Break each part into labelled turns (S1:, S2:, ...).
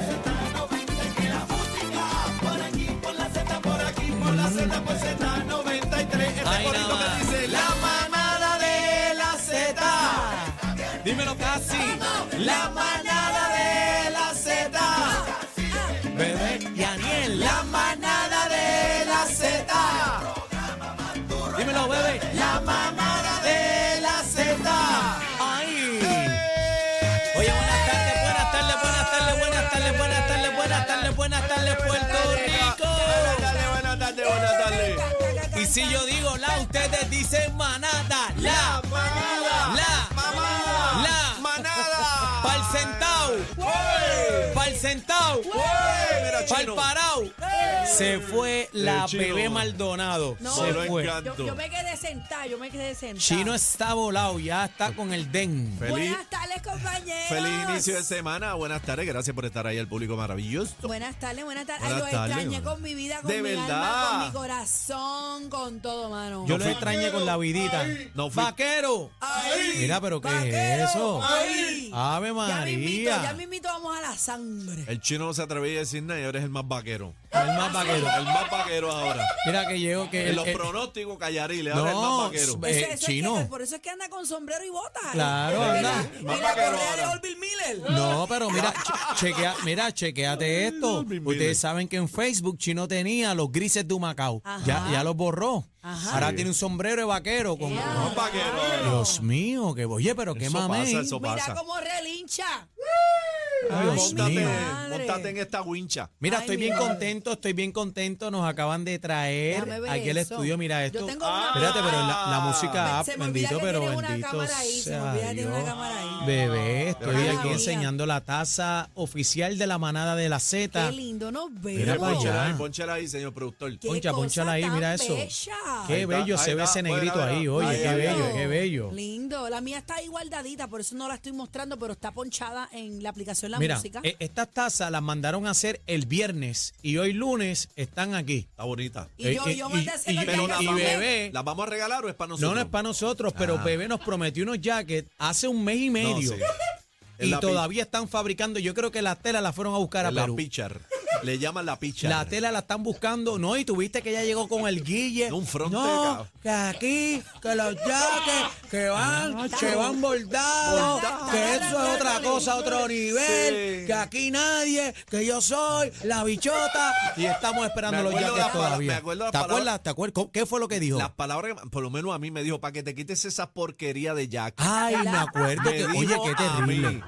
S1: pues Este Dímelo casi. La manada de la Z. Bebé y Aniel. La manada de la Z. Dímelo, bebé. La manada de la Z. Ay. Oye, buenas tardes, buenas tardes, buenas tardes, buenas tardes, buenas tardes, buenas tardes, buenas tardes, Puerto Rico.
S2: Buenas tardes, buenas tardes.
S1: Y si yo digo la, ustedes dicen manada. La.
S2: Manada.
S1: La.
S2: Mamada.
S1: La.
S2: Manada.
S1: Pa'l centau. Pa'l centau.
S2: Mira,
S1: Pa'l
S2: chino.
S1: parao. Se fue la
S2: Eh, chino.
S1: bebé Maldonado.
S3: No.
S1: Se
S3: Solo
S2: en
S1: fue.
S2: Can-
S3: Yo, yo me quedé sentada, yo me quedé sentada.
S1: Chino está volado, ya está con el den.
S2: Feliz,
S3: Buenas tardes, compañeros.
S2: feliz inicio de semana. Buenas tardes. Gracias por estar ahí, el público maravilloso.
S3: Buenas tardes, buenas tardes. Ay,
S2: Buenas
S3: lo
S2: tardes,
S3: extrañé
S2: mano.
S3: con mi vida, con
S2: De
S3: mi
S2: verdad.
S3: alma, con mi corazón, con todo, mano.
S1: Yo
S2: No
S1: lo
S2: fui-
S1: extrañé con la vidita.
S2: No fui-
S1: Vaquero.
S3: Ahí.
S1: Mira, pero ¿qué
S3: Vaquero,
S1: es eso?
S3: ahí.
S1: Ave
S3: Ya me invito, ya
S1: María.
S3: me invito, vamos a la sangre.
S2: El chino no se atrevía a decir nada y ahora es el más vaquero.
S1: El más vaquero.
S2: El más vaquero ahora.
S1: Mira que llegó que.
S2: En
S1: el-
S2: los
S1: el-
S2: pronósticos callariles, ahora es el
S1: Eh, No,
S2: más vaquero.
S1: eh,
S3: Eso- eso es que-
S1: chino.
S3: por eso es que anda con sombrero y botas.
S1: Claro,
S3: Y
S1: anda.
S3: la- Y
S2: Más
S3: la
S2: vaquero
S3: correa de
S2: ahora.
S3: Orville Miller.
S1: No, pero mira, che- chequea, mira, chequeate esto.
S2: Mire.
S1: Ustedes saben que en Facebook Chino tenía los grises de Macao.
S3: Ajá.
S1: Ya, ya los borró.
S3: Ajá.
S1: Ahora tiene un sombrero de vaquero. Con...
S3: Ya.
S2: Más vaquero ahora.
S1: Dios mío, que oye, pero qué
S2: Eso pasa,
S1: mamey.
S2: eso
S3: Mira
S2: pasa.
S3: cómo relincha.
S1: Ay, Dios
S2: Móntate,
S1: mío.
S3: madre.
S2: móntate en esta wincha.
S1: Mira,
S3: Ay,
S1: estoy
S3: mi
S1: bien
S3: madre.
S1: contento, estoy bien contento. Nos acaban de traer
S3: Déjame ver
S1: aquí el
S3: eso.
S1: estudio. Mira esto. Ah.
S3: Yo tengo una-
S1: Espérate, pero la, la música,
S3: Se me olvida
S1: bendito,
S3: que
S1: pero
S3: tiene una
S1: bendito.
S3: cámara ahí, se me
S1: sea
S3: olvida que tiene una
S1: Dios.
S3: cámara ahí.
S1: Bebé, estoy
S3: Ay,
S1: aquí
S3: mira.
S1: enseñando la taza oficial de la manada de la Z.
S3: Qué lindo nos
S2: Mira,
S1: Mira pa'
S3: vemos.
S2: ponchela
S1: allá.
S2: ahí, ponchela ahí, señor productor.
S3: Qué
S1: Poncha,
S3: cosa
S1: ponchala ahí,
S3: tan
S1: mira eso.
S3: bella.
S1: Qué
S2: Ahí está,
S1: bello
S2: ahí
S1: se ve
S2: está.
S1: ese
S2: Mira,
S1: negrito
S2: mira.
S1: ahí, oye,
S2: Ahí,
S1: qué
S2: ahí,
S1: bello,
S2: ahí.
S1: qué bello.
S3: Lindo. La mía está igual dadita, por eso no la estoy mostrando, pero está ponchada en la aplicación La
S1: Mira,
S3: Música.
S1: e- estas tazas las mandaron a hacer el viernes y hoy lunes están aquí.
S2: Está bonita.
S3: y yo,
S1: eh,
S3: yo
S1: y-
S3: mandé a hacer
S1: y-
S3: los
S2: Pero la
S3: yaquis.
S1: y
S2: vamos,
S1: bebé.
S2: ¿La vamos a regalar o es para nosotros? Ah.
S1: No, no es para nosotros, pero Bebé nos prometió unos jackets hace un mes y
S2: No,
S1: medio
S2: sí. Es
S1: y
S2: la pi-
S1: todavía están fabricando. Yo creo que la tela la fueron a buscar a
S2: es La
S1: Perú.
S2: pichar. Le llaman la pichar.
S1: La tela la están buscando, no, y tuviste que ya llegó con el guille.
S2: Un fronte,
S1: no,
S2: cabrón.
S1: que aquí, que los jackets, que van, que van bordados,
S2: Bordados.
S1: que eso es otra cosa, otro nivel,
S2: Sí.
S1: que aquí nadie, que yo soy la bichota, y estamos esperando
S2: Me
S1: los
S2: acuerdo
S1: jackets
S2: la pala- me
S1: todavía.
S2: acuerdo la
S1: ¿Te
S2: palabra-
S1: acuerdas? ¿Te acuerdas? ¿Qué fue lo que dijo?
S2: Las palabras, que- por lo menos a mí me dijo, para que te quites esa porquería de Jack.
S1: Ay, me acuerdo
S2: Me
S1: que,
S2: dijo
S1: oye, qué
S2: a mí.
S1: terrible.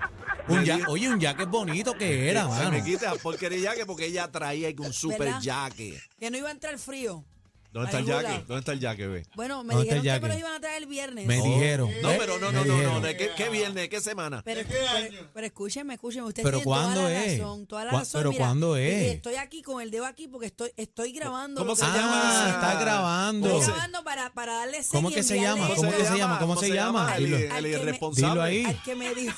S1: Un
S2: Me
S1: ya-
S2: dijo-
S1: oye, un jacket bonito que era,
S2: se
S1: mano.
S2: me quita esa porquería de Jack porque ella traía un super
S3: ¿Verdad?
S2: jaque.
S3: Que no iba a entrar frío.
S2: ¿Dónde está el
S3: Algún
S2: jaque?
S3: lado.
S2: ¿Dónde está el jaque, ve?
S3: Bueno, me
S1: ¿Dónde está el
S3: dijeron que
S1: yaque?
S3: me los iban a traer el viernes.
S1: Me dijeron.
S2: Oh. No,
S1: ¿eh?
S2: pero no,
S1: Me
S2: no, no, no.
S1: dijeron.
S2: ¿de ¿Qué, qué viernes? ¿Qué semana?
S3: Pero, pero, pero escúchenme, escúchenme. Ustedes
S1: ¿Pero
S3: tienen toda
S1: cuándo
S3: la
S1: es?
S3: razón, toda la
S1: ¿Cuá-
S3: razón.
S1: pero
S3: Mira,
S1: cuándo es?
S3: y Estoy aquí con el dedo aquí porque estoy, estoy grabando.
S2: ¿Cómo
S3: lo
S2: se
S3: que-
S2: llama?
S1: Ah, está grabando.
S3: Estoy
S2: ¿Cómo se-
S3: grabando para, para darle seguimiento.
S1: ¿Cómo que se llama? ¿Cómo que se llama? ¿Cómo se llama?
S2: El,
S1: Dilo.
S2: el
S3: Al que me-
S2: irresponsable.
S1: Dilo ahí.
S3: Al que me dijo.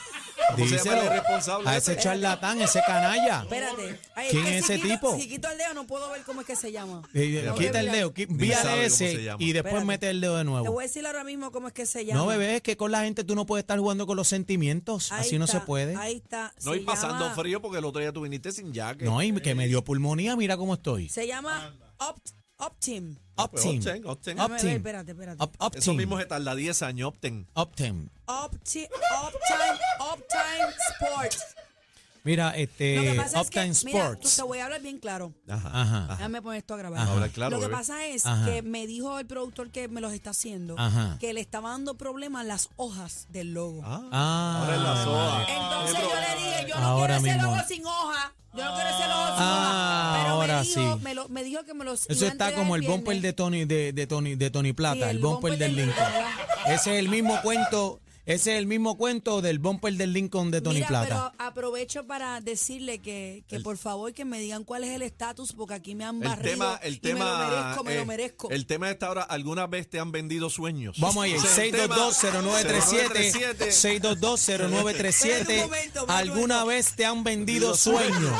S2: ¿Cómo se llama el
S1: Díselo
S2: irresponsable este?
S1: a
S2: ese?
S1: ese charlatán, ese canalla. Eh,
S3: Espérate. Ay,
S1: ¿Quién
S3: que
S1: es
S3: si
S1: ese
S3: quito-
S1: tipo?
S3: Si quito el dedo no puedo ver cómo es que se llama.
S1: Eh,
S2: Mira,
S1: Quita
S2: mira.
S1: el dedo, qui-
S2: Ni sabe
S1: vía
S2: cómo se
S1: ese
S2: llama.
S1: y después
S3: Espérate.
S1: mete el dedo de
S3: Te
S1: nuevo.
S3: voy a decir ahora mismo cómo es que se llama.
S1: No, bebé, es que con la gente tú no puedes estar jugando con los sentimientos.
S3: Ahí
S1: Así no se
S3: está,
S1: puede.
S3: Ahí está.
S2: No,
S3: Se
S2: y pasando
S3: llama-
S2: frío porque el otro día tú viniste sin jaque.
S1: No, y que me dio pulmonía, mira cómo estoy.
S3: Se llama Opt- Optim.
S2: Pues
S1: Optim.
S2: Opten, Opten.
S3: Déjame ver,
S1: Optim.
S3: Espérate, espérate.
S1: Op- Optim.
S2: Eso mismo se tarda 10 años, Opten.
S1: Optim.
S3: Opti- Optime, Optime Sports.
S1: Mira,
S3: Lo que
S1: este,
S3: pasa
S1: Optim
S3: es que, mira, tú-
S1: Sports.
S3: te voy a hablar bien claro.
S1: Ajá.
S3: Déjame poner esto a grabar.
S1: Ajá.
S2: Habla claro,
S3: Lo que
S2: bebé.
S3: pasa es
S1: Ajá.
S3: que me dijo el productor que me los está haciendo
S1: Ajá.
S3: que le estaba dando problemas las hojas del logo.
S1: Ah.
S2: Ahora en la soa. Eh,
S3: Entonces yo le dije, yo no
S1: Ahora
S3: quiero ese
S1: mismo.
S3: logo sin hoja. Yo no quiero ese logo sin
S1: Ah,
S3: hoja. Pero
S1: ahora
S3: me dijo,
S1: sí.
S3: me, lo- me dijo que me los
S1: Eso
S3: iba a
S1: está
S3: entregar
S1: como el
S3: viernes.
S1: bumper de Tony, de, de Tony, de Tony Plata,
S3: Sí,
S1: el, bumper, del Lincoln.
S3: ¿verdad?
S1: Ese es el mismo cuento, ese es el mismo cuento del bumper del Lincoln de Tony
S3: Mira,
S1: Plata.
S3: pero aprovecho para decirle que, que por favor que me digan cuál es el estatus porque aquí me han
S2: El
S3: barrido
S2: tema, el
S3: y
S2: tema.
S3: me lo merezco, me
S2: eh,
S3: lo merezco.
S2: El tema de esta hora, ¿alguna vez te han vendido sueños?
S1: Vamos ahí,
S2: O sea, el tema- 0937.
S1: 622-0937, 622-0937.
S3: Espérate un momento, Manuel.
S1: ¿Alguna vez te han vendido sueños?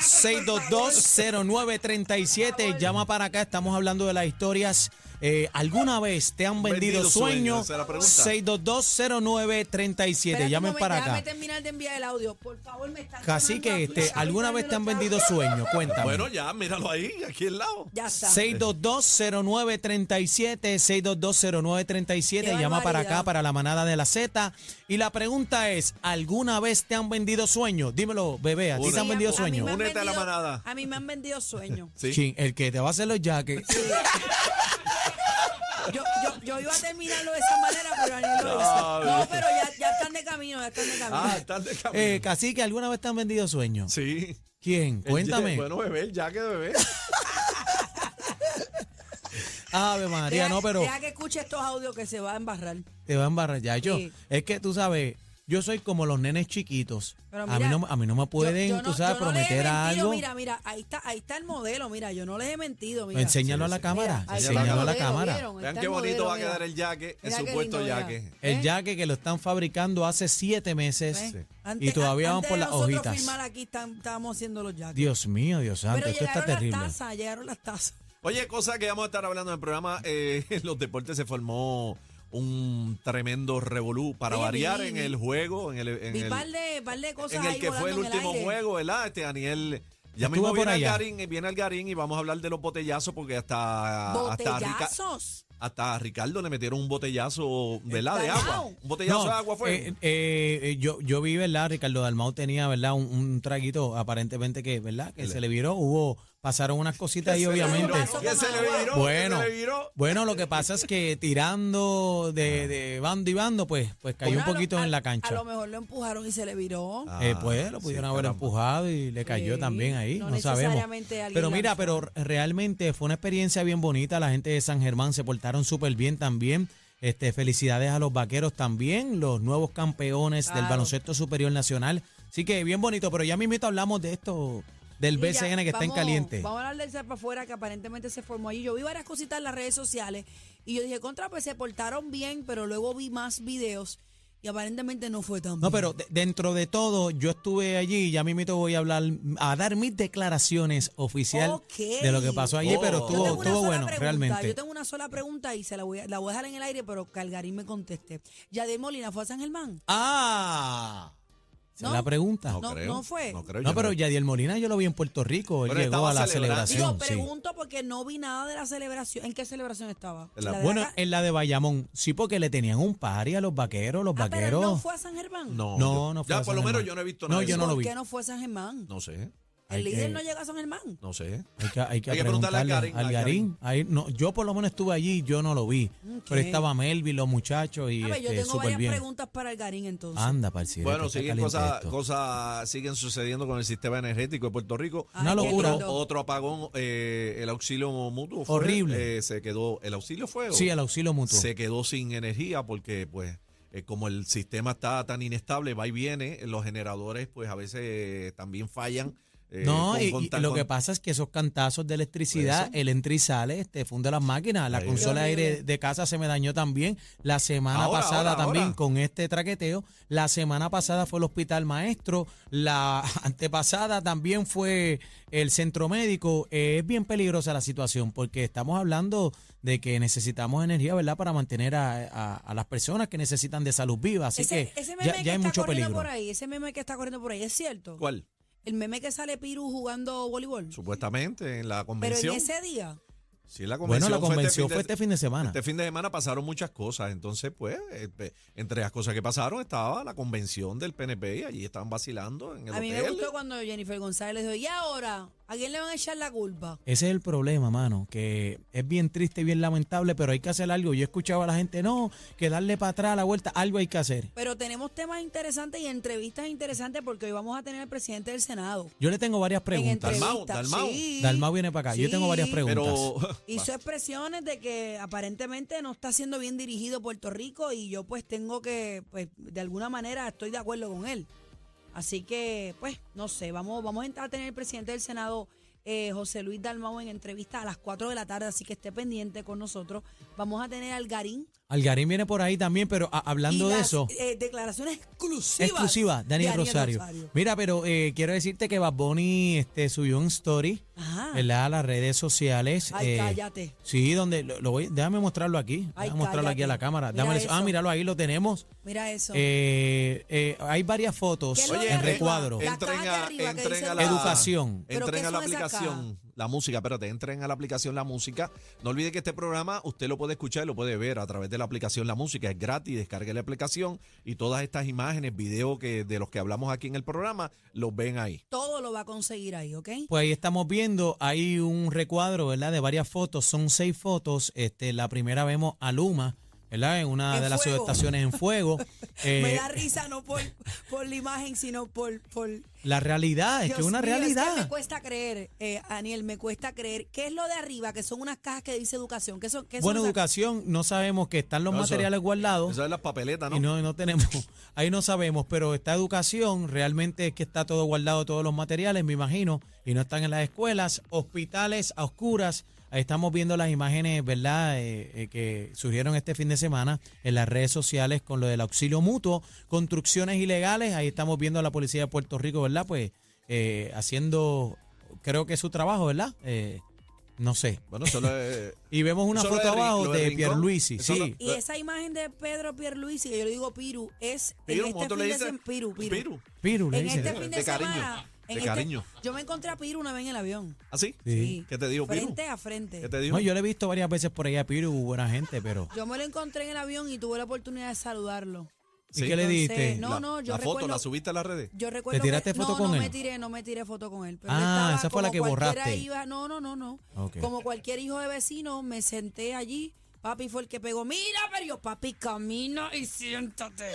S1: 622-0937. Llama para acá. Estamos hablando de las historias Eh, ¿Alguna vez te han vendido,
S2: Vendido sueños,
S1: sueños?
S2: esa es la pregunta.
S1: 6220937.
S3: Espérate un
S1: Llamen
S3: momento,
S1: para
S3: déjame
S1: acá.
S3: terminar de enviar el audio. Por favor, me están
S1: Casi que
S3: sonando aquí,
S1: este,
S3: ya me
S1: ¿alguna
S3: están
S1: vez te han
S3: dando los
S1: vendido
S3: chavos.
S1: sueños? Cuéntame.
S2: Bueno, ya, míralo ahí, aquí al lado.
S3: Ya está.
S1: 6220937, 6220937,
S3: Qué
S1: llama para
S3: barbaridad.
S1: acá, para la manada de la Z. Y la pregunta es, ¿alguna vez te han vendido sueños? Dímelo, bebé, ¿a ti
S2: Una.
S1: te han
S2: Sí,
S1: vendido
S3: a- a mí
S1: sueños?
S3: me han
S2: Únete a la
S3: vendido-
S2: manada.
S3: A mí me han vendido sueños.
S2: Sí.
S1: Chin, el que te va a hacer los jaques.
S3: Yo, yo, yo iba a terminarlo de esa manera, pero Daniel lo hizo. No, pero ya, ya están de camino, ya están de camino.
S2: Ah, están de camino.
S1: Eh, casi que alguna vez te han vendido sueños.
S2: sí.
S1: ¿Quién?
S2: El-
S1: Cuéntame.
S2: bueno, bebé, el jaque de bebé.
S3: Este
S1: Ave María,
S3: Deja-
S1: no, pero
S3: Deja que escuche estos audios que se va a embarrar.
S1: te va a embarrar ya. Yo,
S3: Sí.
S1: es que tú sabes, yo soy como los nenes chiquitos.
S3: Pero
S1: a, mí
S3: mira,
S1: no, a mí no me pueden,
S3: Yo- yo no-
S1: tú sabes,
S3: yo no les he
S1: prometer
S3: mentido,
S1: algo.
S3: Mira, mira, ahí está, ahí está el modelo, mira, yo no les he mentido, mira.
S1: Enséñalo a la cámara,
S3: Mira, ahí está el
S1: enséñalo a la
S3: modelo,
S1: cámara.
S3: ¿vieron? Ahí
S2: Vean
S3: está
S2: qué
S3: el
S2: bonito
S3: modelo,
S2: va a quedar
S3: mira.
S2: el jaque, el
S3: Mira qué
S2: supuesto
S3: lindo, mira.
S2: jaque.
S1: El
S3: ¿Eh?
S1: jaque que lo están fabricando hace siete meses
S3: ¿Ves?
S1: y
S3: Antes-
S1: todavía van
S3: antes
S1: por
S3: de
S1: las
S3: nosotros
S1: hojitas.
S3: firmar aquí están- estábamos haciendo los jackets.
S1: Dios mío, Dios santo,
S3: Pero
S1: esto está
S3: llegaron las
S1: terrible.
S3: tazas, llegaron las tazas.
S2: Oye, cosa que vamos a estar hablando en el programa, eh, en los deportes se formó un tremendo revolú para
S3: Oye,
S2: variar
S3: vi-
S2: en el juego, en el, en
S3: Vi
S2: el-
S3: par de, par de cosas
S2: en el
S3: ahí
S2: que fue el
S3: volando en
S2: último
S3: aire.
S2: juego, ¿verdad? Este Daniel. Ya
S1: Estuve
S2: mismo
S1: por
S2: viene
S1: allá.
S2: Algarín, viene Algarín y vamos a hablar de los botellazos porque hasta, hasta, Rica-
S3: Botellazos.
S2: hasta a Ricardo le metieron un botellazo, ¿verdad? De
S3: Está
S2: agua.
S3: dao.
S2: Un botellazo de agua fue.
S1: eh, eh, eh, yo, yo vi, ¿verdad? Ricardo Dalmau tenía, ¿verdad? Un, un traguito aparentemente que, ¿verdad? Que se le viró. Hubo, pasaron unas cositas ahí,
S2: se le
S1: obviamente.
S2: viró? ¿Qué se le viró?
S1: Bueno,
S2: ¿Qué se le viró?
S1: bueno, lo que pasa es que tirando
S2: Ah.
S1: de, de bando y bando, pues, pues cayó un
S3: Bueno, a lo-
S1: poquito
S3: a-
S1: en la
S3: A
S1: cancha.
S3: lo mejor lo empujaron y se le viró.
S2: Ah,
S1: Eh, pues lo
S2: sí,
S1: pudieron haber
S2: caramba.
S1: empujado y le cayó
S3: Sí,
S1: también ahí,
S3: no
S1: no, sabemos.
S3: necesariamente alguien
S1: Pero mira,
S3: lanzó.
S1: pero re- realmente fue una experiencia bien bonita. La gente de San Germán se portaron súper bien también. Este, felicidades a los vaqueros también, los nuevos campeones del
S3: Claro.
S1: baloncesto superior nacional. Así que bien bonito, pero ya mismito hablamos de esto, del
S3: Y ya,
S1: BCN que está en
S3: vamos-
S1: caliente.
S3: Vamos a hablar del para afuera que aparentemente se formó allí. Yo vi varias cositas en las redes sociales y yo dije, contra, pues se portaron bien, pero luego vi más videos y aparentemente no fue tan
S1: No,
S3: bien.
S1: pero de- dentro de todo, yo estuve allí y ya mismito voy a hablar, a dar mis declaraciones oficial
S3: Ok.
S1: de lo que pasó allí,
S2: Oh.
S1: pero
S2: Yo
S3: Yo
S1: estuvo,
S3: tengo una
S1: estuvo
S3: sola
S1: bueno,
S3: pregunta,
S1: realmente.
S3: Yo tengo una sola pregunta y se la voy a, la voy a dejar en el aire, pero Calgarín me conteste. Yadier Molina fue a San Germán.
S1: Ah, esa
S3: ¿No?
S1: es la pregunta.
S3: No, no fue.
S2: No creo.
S1: No,
S2: yo
S1: pero Yadiel Molina yo lo vi en Puerto Rico, él
S2: Pero
S1: llegó
S2: estaba
S1: a la
S2: celebrando.
S3: Digo,
S1: celebración. sí.
S3: pregunto porque no vi nada de la celebración. ¿En qué celebración estaba?
S2: En la-
S3: de
S1: Bueno,
S3: acá?
S1: en la de Bayamón, sí, porque le tenían un party a los vaqueros, los
S3: Ah, pero
S1: vaqueros.
S3: no fue a San Germán.
S2: No,
S1: No,
S2: yo-
S1: no fue
S2: Ya,
S1: a
S2: por
S1: San
S2: lo menos
S1: Germán.
S2: yo no he visto
S1: No,
S2: nada. de
S1: yo
S2: eso.
S1: no lo
S3: ¿Por
S1: vi.
S3: qué no fue a San Germán?
S2: No sé,
S3: El
S1: Hay
S3: líder
S1: que-
S3: no llega a San Germán.
S2: no sé.
S1: Hay que, hay que
S2: Hay que preguntarle a
S1: preguntarle
S2: Karin,
S1: al
S2: a
S1: Garín. Ahí, no, yo por lo menos estuve allí, yo no lo vi.
S3: Ok.
S1: Pero estaba Melvin, los muchachos y
S3: A ver, yo
S1: este,
S3: tengo varias
S1: súper bien. Ah,
S3: preguntas para el Garín entonces.
S1: Anda, parcial.
S2: Bueno, siguen cosas, cosas siguen sucediendo con el sistema energético de Puerto Rico.
S3: Ay,
S1: Una
S3: qué
S1: locura.
S3: lindo.
S2: Otro, otro apagón, eh, el auxilio mutuo. fue,
S1: Horrible.
S2: eh, se quedó, el auxilio fue.
S1: Sí, el auxilio mutuo.
S2: se quedó sin energía porque, pues, eh, como el sistema está tan inestable, va y viene, los generadores, pues, a veces eh, también fallan. eh,
S1: no,
S2: con-
S1: y,
S2: con
S1: y
S2: tan-
S1: lo que
S2: con-
S1: pasa es que esos cantazos de electricidad,
S2: Por
S1: el entra y sale, este, funde las máquinas, la
S2: Ahí.
S1: consola de
S3: Horrible.
S1: aire de casa se me dañó también. La semana
S2: Ahora,
S1: pasada
S2: ahora,
S1: también
S2: ahora.
S1: con este traqueteo, la semana pasada fue el hospital maestro, la antepasada también fue el centro médico. Eh, es bien peligrosa la situación porque estamos hablando de que necesitamos energía, ¿verdad? Para mantener a, a- a las personas que necesitan de salud viva. Así
S3: ese,
S1: que
S3: ese meme
S1: ya,
S3: que
S1: ya hay
S3: está
S1: mucho
S3: corriendo
S1: peligro.
S3: por ahí, ese meme que está corriendo por ahí, ¿es cierto?
S2: ¿Cuál?
S3: El meme que sale Piru jugando voleibol.
S2: Supuestamente en la
S3: Pero en
S2: convención.
S3: ese día.
S2: sí, la
S1: Bueno,
S2: convención
S1: la convención fue
S2: este
S1: este
S2: fin de,
S1: fin de semana.
S2: este fin de semana pasaron muchas cosas. Entonces, pues, eh, pe- entre las cosas que pasaron estaba la convención del PNP y allí estaban vacilando en el
S3: A mí me
S2: hotel.
S3: gustó cuando Jennifer González dijo, ¿y ahora? ¿A quién le van a echar la culpa?
S1: Ese es el problema, mano, que es bien triste, bien lamentable, pero hay que hacer algo. Yo escuchaba a la gente, no, que darle para atrás la vuelta, algo hay que hacer.
S3: Pero tenemos temas interesantes y entrevistas interesantes porque hoy vamos a tener al presidente del Senado.
S1: Yo le tengo varias preguntas.
S3: En
S2: Dalmau,
S3: entrevista.
S2: Dalmau.
S3: Sí.
S1: Dalmau viene para acá. Yo tengo varias
S3: Sí.
S1: preguntas.
S2: Pero
S3: Hizo expresiones de que aparentemente no está siendo bien dirigido Puerto Rico y yo pues tengo que, pues de alguna manera estoy de acuerdo con él. Así que, pues, no sé, vamos, vamos a tener el presidente del Senado, eh, José Luis Dalmau, en entrevista a las 4 de la tarde, así que esté pendiente con nosotros. Vamos a tener al Garín
S1: Algarín viene por ahí también, pero a- hablando
S3: Y
S1: de
S3: las,
S1: eso.
S3: eh, declaraciones exclusivas.
S1: Exclusiva, Dani
S3: de Ariel
S1: Rosario. Mira, pero eh, quiero decirte que Bad Bunny este, subió un story,
S3: Ajá.
S1: ¿verdad? A las redes sociales.
S3: Ah. Ay,
S1: eh,
S3: cállate.
S1: Sí, donde lo, lo voy, déjame mostrarlo aquí,
S3: Ay,
S1: déjame mostrarlo aquí a la
S3: cállate.
S1: cámara.
S3: Mira
S1: Déjame-
S3: eso.
S1: ah, míralo ahí, lo tenemos.
S3: Mira eso.
S1: Eh, eh, hay varias fotos
S3: ¿Qué es lo de
S1: en
S3: arriba?
S1: recuadro.
S3: La
S2: Entren
S3: caja de
S2: a,
S3: arriba que
S2: entren
S3: dice
S2: a la
S1: Educación.
S3: ¿Pero
S2: Entren
S3: qué
S2: a la
S3: son esas
S2: aplicación, la música, espérate, entren a la aplicación La Música. No olvide que este programa usted lo puede escuchar y lo puede ver a través de la aplicación La Música. Es gratis, descargue la aplicación y todas estas imágenes, videos que, de los que hablamos aquí en el programa, los ven ahí.
S3: Todo lo va a conseguir ahí, ¿ok?
S1: Pues ahí estamos viendo, hay un recuadro, ¿verdad? De varias fotos, son seis fotos. Este, la primera vemos a Luma, ¿verdad? En una
S3: En
S1: de las
S3: fuego.
S1: subestaciones en fuego.
S3: Me
S1: Eh,
S3: da risa no por, por la imagen, sino por... por
S1: la realidad, es que es
S3: Dios
S1: una
S3: mío, es que
S1: realidad.
S3: me cuesta creer, eh, Aniel, me cuesta creer. ¿Qué es lo de arriba? Que son unas cajas que dice educación. ¿Qué son, qué son
S1: Bueno,
S3: esas-
S1: educación, no sabemos que están los
S2: No, eso-
S1: materiales guardados.
S2: Esas son las papeletas, ¿no?
S1: Y no, no tenemos, ahí no sabemos, pero esta educación realmente es que está todo guardado, todos los materiales, me imagino, y no están en las escuelas, hospitales a oscuras. Ahí estamos viendo las imágenes, ¿verdad?, eh, eh, que surgieron este fin de semana en las redes sociales con lo del auxilio mutuo, construcciones ilegales. Ahí estamos viendo a la policía de Puerto Rico, ¿verdad? Pues eh, haciendo, creo que es su trabajo, ¿verdad? Eh, no sé.
S2: Bueno, solo es...
S1: Y vemos una
S2: Eso lo
S1: foto
S2: de Ri-
S1: abajo
S2: lo de
S1: de
S2: Rincón,
S1: Pierluisi,
S2: eso
S1: sí.
S2: lo-
S3: Y esa imagen de Pedro Pierluisi, que yo le digo Piru, es
S2: Piru,
S3: en este
S2: ¿cómo tú
S3: fin
S2: le
S3: de
S2: dices?
S3: sem- Piru, Piru.
S2: Piru.
S1: Piru, le
S3: En
S1: dicen.
S3: este fin de,
S2: De cariño,
S3: semana.
S2: de
S3: en este-
S2: cariño.
S3: yo me encontré a Piru una vez en el avión.
S2: ¿Ah, sí?
S1: Sí.
S2: ¿Qué te dijo, Piru?
S3: Frente a frente.
S2: ¿Qué te dijo?
S1: No, yo lo he visto varias veces por ahí a Piru, buena gente, pero.
S3: Yo me lo encontré en el avión y tuve la oportunidad de saludarlo.
S1: ¿Y
S2: Sí.
S1: qué le
S3: Entonces,
S1: diste?
S3: no,
S2: La-
S3: no, yo
S2: La foto,
S3: recuerdo-
S2: ¿la subiste a las redes?
S3: Yo recuerdo
S1: ¿Te tiraste
S3: que,
S1: foto
S3: no,
S1: con
S3: no
S1: él?
S3: me tiré, no me tiré foto con él. Pero
S1: Ah,
S3: él estaba
S1: esa fue la
S3: como
S1: que
S3: cualquiera
S1: borraste.
S3: iba- no, no, no, no.
S1: Ok.
S3: Como cualquier hijo de vecino, me senté allí. Papi fue el que pegó. Mira, pero yo, papi, camina y siéntate.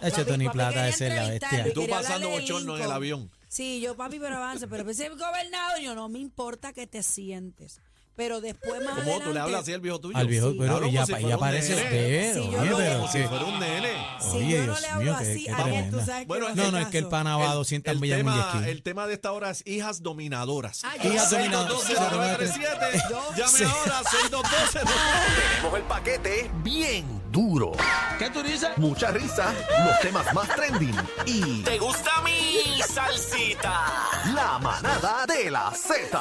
S1: Hacho,
S3: Papi-
S1: Tony
S3: papi
S1: Plata,
S3: quería
S1: esa es la
S3: entrevistarlo
S1: bestia.
S3: y
S2: Tú
S3: quería
S2: pasando
S3: hablarle de
S2: bochorno en el
S3: Lincoln.
S2: avión.
S3: Sí, yo, papi, pero avance. Pero pensé, gobernador, Y yo, no me importa que te sientes. Pero después más
S2: ¿Cómo tú le
S3: adelante-
S2: hablas así al viejo tuyo?
S1: Al viejo,
S2: Sí.
S1: pero
S2: Hablo
S1: y ya
S2: como si
S1: pa- y
S2: fuera un
S1: aparece
S2: nene.
S1: usted,
S3: Sí, yo
S2: Hablo
S3: oye,
S2: como
S3: pero
S2: si
S3: sí.
S2: fuera un nene.
S3: Si
S1: Oye,
S3: yo no
S1: Dios
S3: le hablo
S1: mío, qué-
S3: así,
S1: qué
S3: a Ariel, tú
S1: tremenda.
S3: sabes que
S2: Bueno,
S3: no
S2: no,
S3: me
S1: No, no, es que el
S3: caso.
S1: pana va a 200
S2: el,
S1: millas en
S2: tema,
S1: un
S2: el tema de esta hora es hijas dominadoras.
S3: Ah, yo-
S1: Hijas dominadoras.
S2: 622-0937.
S3: Yo-
S2: Llame
S1: Sí.
S2: ahora, 622
S4: Tenemos el paquete bien duro.
S5: ¿Qué tú dices?
S4: Mucha risa, los temas más trending y
S5: ¿Te gusta mi salsita?
S4: la manada de la Z.